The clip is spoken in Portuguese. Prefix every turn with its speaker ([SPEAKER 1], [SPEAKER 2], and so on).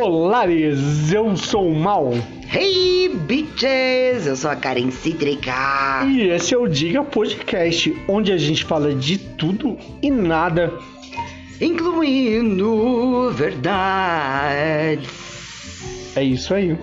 [SPEAKER 1] Olares, eu sou o Mal.
[SPEAKER 2] Hey, bitches! Eu sou a Karen Cítrica.
[SPEAKER 1] E esse é o Diga Podcast, onde a gente fala de tudo e nada.
[SPEAKER 2] Incluindo verdades.
[SPEAKER 1] É isso aí.